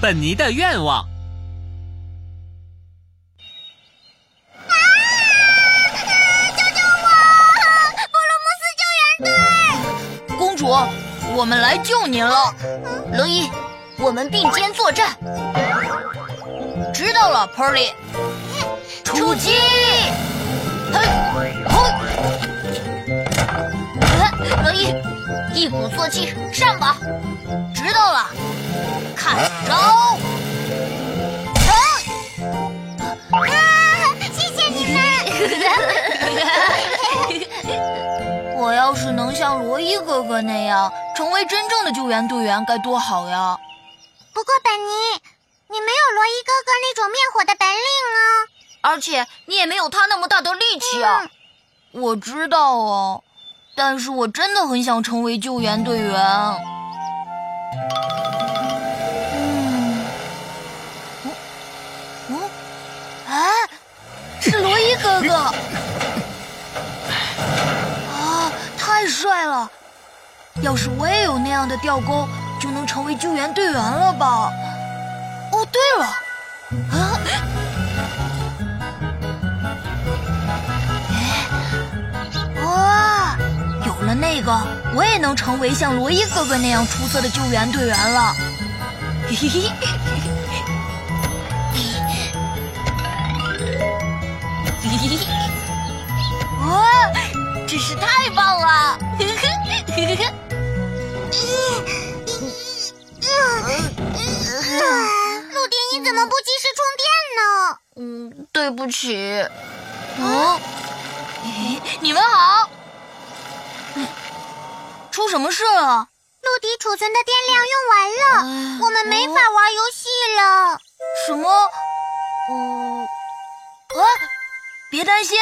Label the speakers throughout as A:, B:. A: 本尼的愿望》。
B: 公主，我们来救您了。龙一，我们并肩作战。知道了，Polly。出击！嘿，嘿，呃龙一，一鼓作气，上吧！知道了，看招！啊！谢谢你 们！我要是能像罗伊哥哥那样成为真正的救援队员，该多好呀！
C: 不过，本尼，你没有罗伊哥哥那种灭火的本领啊！
B: 而且你也没有他那么大的力气啊！
C: 嗯
B: 我知道啊，但是我真的很想成为救援队员。嗯，哦，哦，啊，是罗伊哥哥！啊，太帅了！要是我也有那样的吊钩，就能成为救援队员了吧？哦，对了，啊。哇，哦有了那个，我也能成为像罗伊哥哥那样出色的救援队员了。 嘿嘿嘿。哇，哦真是太棒了！
C: 陆电一怎么不及时充电呢？
B: 嗯，对不起。哦，你们好。嗯出什么事了、啊？
C: 陆迪储存的电量用完
B: 哎
C: 了，我们没法玩游戏了。
B: 什么？嗯，啊，别担心，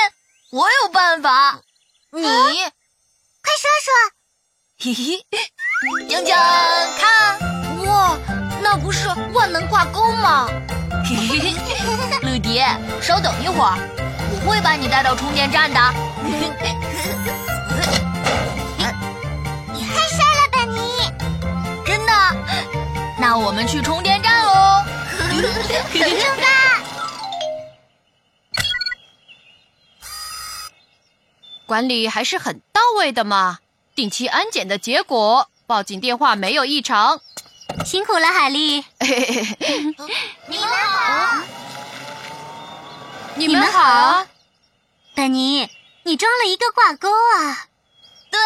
B: 我有办法。你，
C: 啊快
B: 嘿
C: 说说，
B: 嘿，讲讲看。哇，那不是万能挂钩吗？嘿嘿嘿，陆迪，稍等一会儿，我会把你带到充电站的。
C: 太帅了，本尼！
B: 真的？那我们去充电站喽。
C: 出发！
D: 管理还是很到位的嘛。定期安检的结果，报警电话没有异常。
C: 辛苦了，海丽。
B: 你们好。
D: 你
C: 们
D: 们
C: 好
D: 好，
C: 本尼，你装了一个挂钩啊！
B: 对。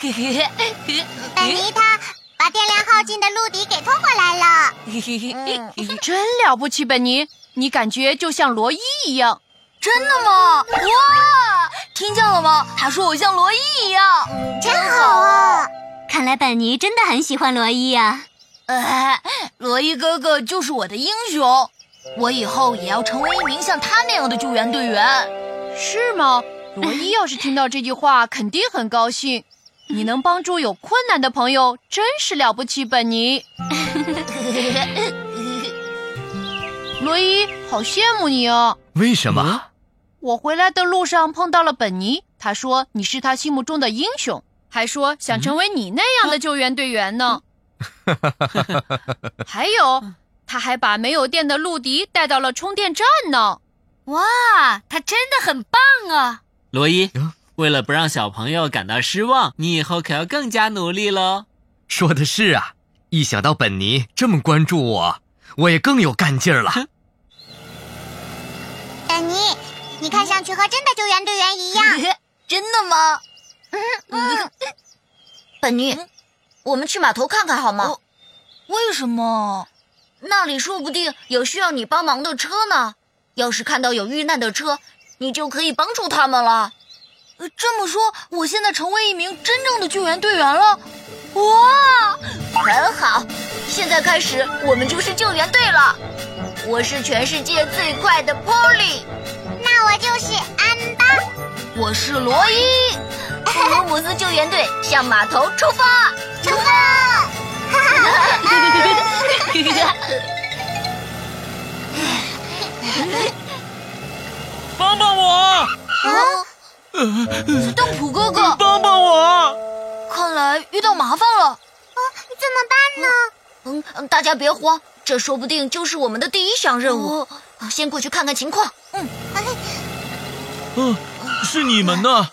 B: 嘿嘿
C: 本尼他把电量耗尽的陆迪给拖过来了。
B: 嘿嘿嘿嘿。
D: 嗯真了不起，本尼，你感觉就像罗伊一样。
B: 真的吗？哇，听见了吗？他说我像罗伊一样，
C: 真好啊！看来本尼真的很喜欢罗伊啊。
B: 哎， 罗伊哥哥就是我的英雄，我以后也要成为一名像他那样的救援队员。
D: 是吗？罗伊要是听到这句话，肯定很高兴。你能帮助有困难的朋友，真是了不起，本尼。罗伊，好羡慕你哦！
A: 为什
E: 嗯
A: 么？
D: 我回来的路上碰到了本尼，他说你是他心目中的英雄，还说想成为你那样的救援队员呢。 还有，他还把没有电的陆迪带到了充电站呢。
B: 哇，他真的很棒啊！
A: 罗伊，为了不让小朋友感到失望，你以后可要更加努力哦喽。
F: 说的是啊，一想到本尼这么关注我，我也更有干劲 儿了。
C: 本尼，你看上去和真的救援队员一样。
B: 哎真的吗？嗯本尼，我们去码头看看好吗？哦为什么？那里说不定有需要你帮忙的车呢。要是看到有遇难的车，你就可以帮助他们了。呃，这么说，我现在成为一名真正的救援队员了。哇，很好！现在开始，我们就是救援队了。我是全世界最快的 Polly。
C: 那我就是安巴。
B: 我是罗伊，普罗姆斯救援队向码头出发，出发！
A: 帮帮我！
B: 邓啊普哥哥，
A: 帮帮我！
B: 看来遇到麻烦了。
C: 怎么办呢？
B: 啊，嗯，嗯大家别慌，这说不定就是我们的第一项任务。啊先过去看看情况。嗯，
E: 嗯、是你们呢，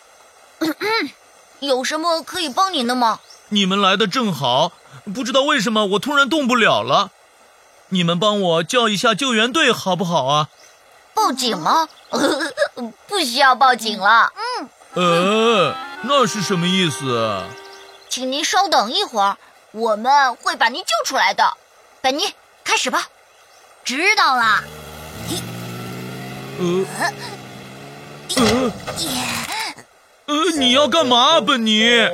B: 有什么可以帮您的吗？
E: 你们来的正好。不知道为什么我突然动不了了，你们帮我叫一下救援队好不好啊？
B: 报警吗？ 不需要报警了，
E: 呃，那是什么意思？啊
B: 请您稍等一会儿，我们会把您救出来的。本尼，开始吧。知道啦。
E: 呃，呃，呃，你要干嘛，本尼？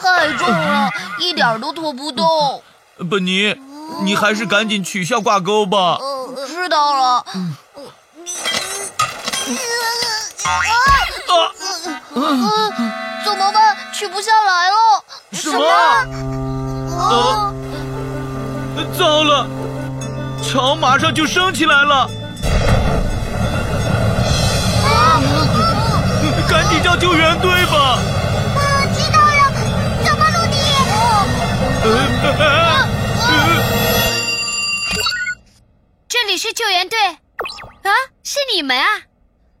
B: 太重了，一点儿都拖不动。
E: 本尼，你还是赶紧取消挂钩吧。
B: 知道了。
E: 啊，
B: 怎么办？取不下来了。
E: 什么？啊，糟了，桥马上就升起来了。赶紧叫救援队吧！
C: 知道了，怎么陆地？
D: 这里是救援队，啊，是你们啊！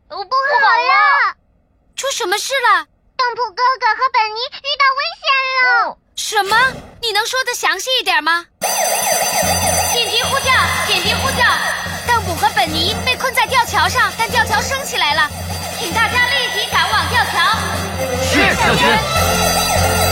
C: 不好了，
D: 出什么事了？
C: 邓普哥哥和本尼遇到危险了。
D: 什么？你能说的详细一点吗？紧急呼叫！紧急呼叫！邓普和本尼被困在吊桥上，但吊桥升起来了，请大家立即赶往吊桥。
B: 啊
F: 是小军。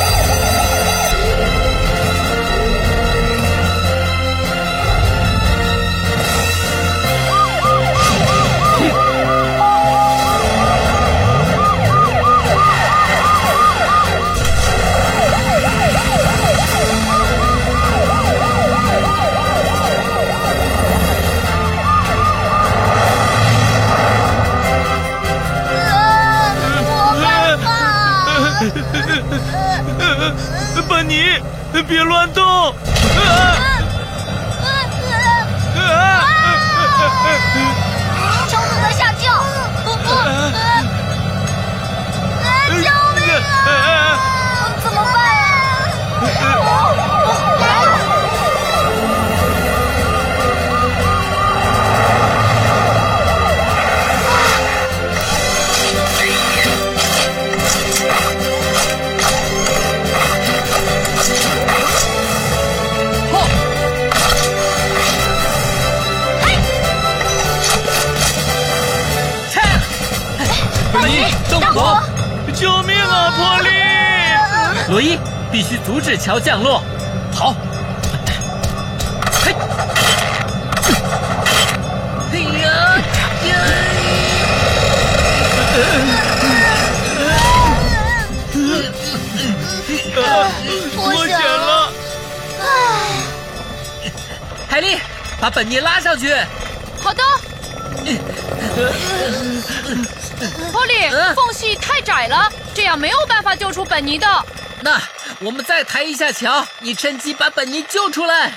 E: 本尼，别乱动！啊
B: 求你们下降！
E: 救命啊！
B: 怎么办呀？
F: 本尼，邓普，
E: 救命啊，波利！
A: 罗伊，必须阻止桥降落。
F: 好，
A: 哎呀
E: 脱险了！
A: 海莉，把本尼拉上去。
D: 好的。波利，缝隙太窄了，这样没有办法救出本尼的。
A: 那我们再抬一下桥，你趁机把本尼救出来。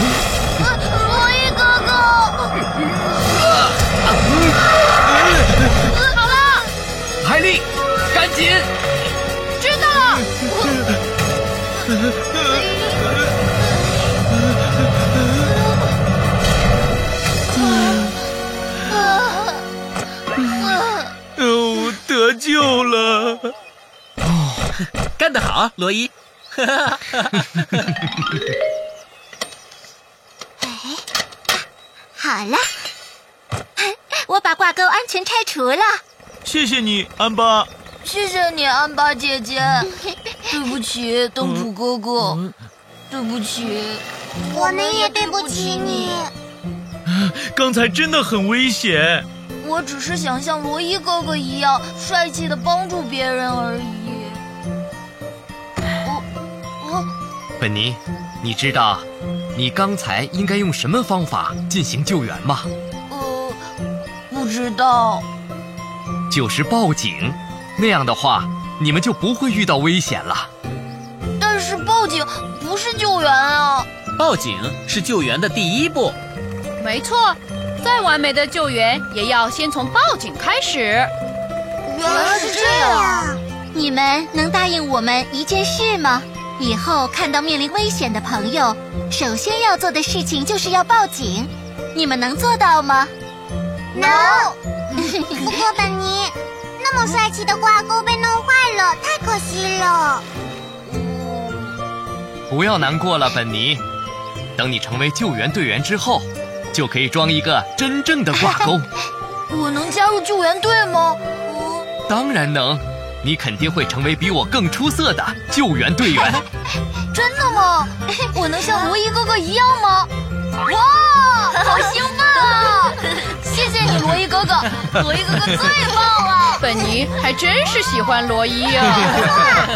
B: 罗伊哥哥，
F: 海莉，赶紧！
E: 哦，得救了！
A: 干得好，罗伊。
C: 好了，我把挂钩安全拆除了。
E: 谢谢你，安巴。
B: 谢谢你，安巴姐 姐。对不起，东普哥哥。对不起。
C: 我们也对不起你。
E: 刚才真的很危险。
B: 我只是想像罗伊哥哥一样帅气的帮助别人而已。哦
F: 本尼，你知道你刚才应该用什么方法进行救援吗？
B: 呃，不知道。
F: 就是报警。那样的话，你们就不会遇到危险了。
B: 但是报警不是救援啊！
A: 报警是救援的第一步。
D: 没错，再完美的救援也要先从报警开始。
B: 原
C: 原来是这样。
B: 你们能答应我们一件事吗？以后看到面临危险的朋友，首先要做的事情就是要报警。你们能做到吗？
C: No。不 过本尼，那么帅气的挂钩被弄坏了，太可惜了。
F: 不要难过了，本尼。等你成为救援队员之后，就可以装一个真正的挂钩。
B: 我能加入救援队吗？
C: 哦
F: 当然能，你肯定会成为比我更出色的救援队员。
B: 真的吗？我能像罗伊哥哥一样吗？哇，好兴奋啊！谢谢你，罗伊哥哥，罗伊哥哥最棒了。
D: 本尼还真是喜欢罗伊呀、啊。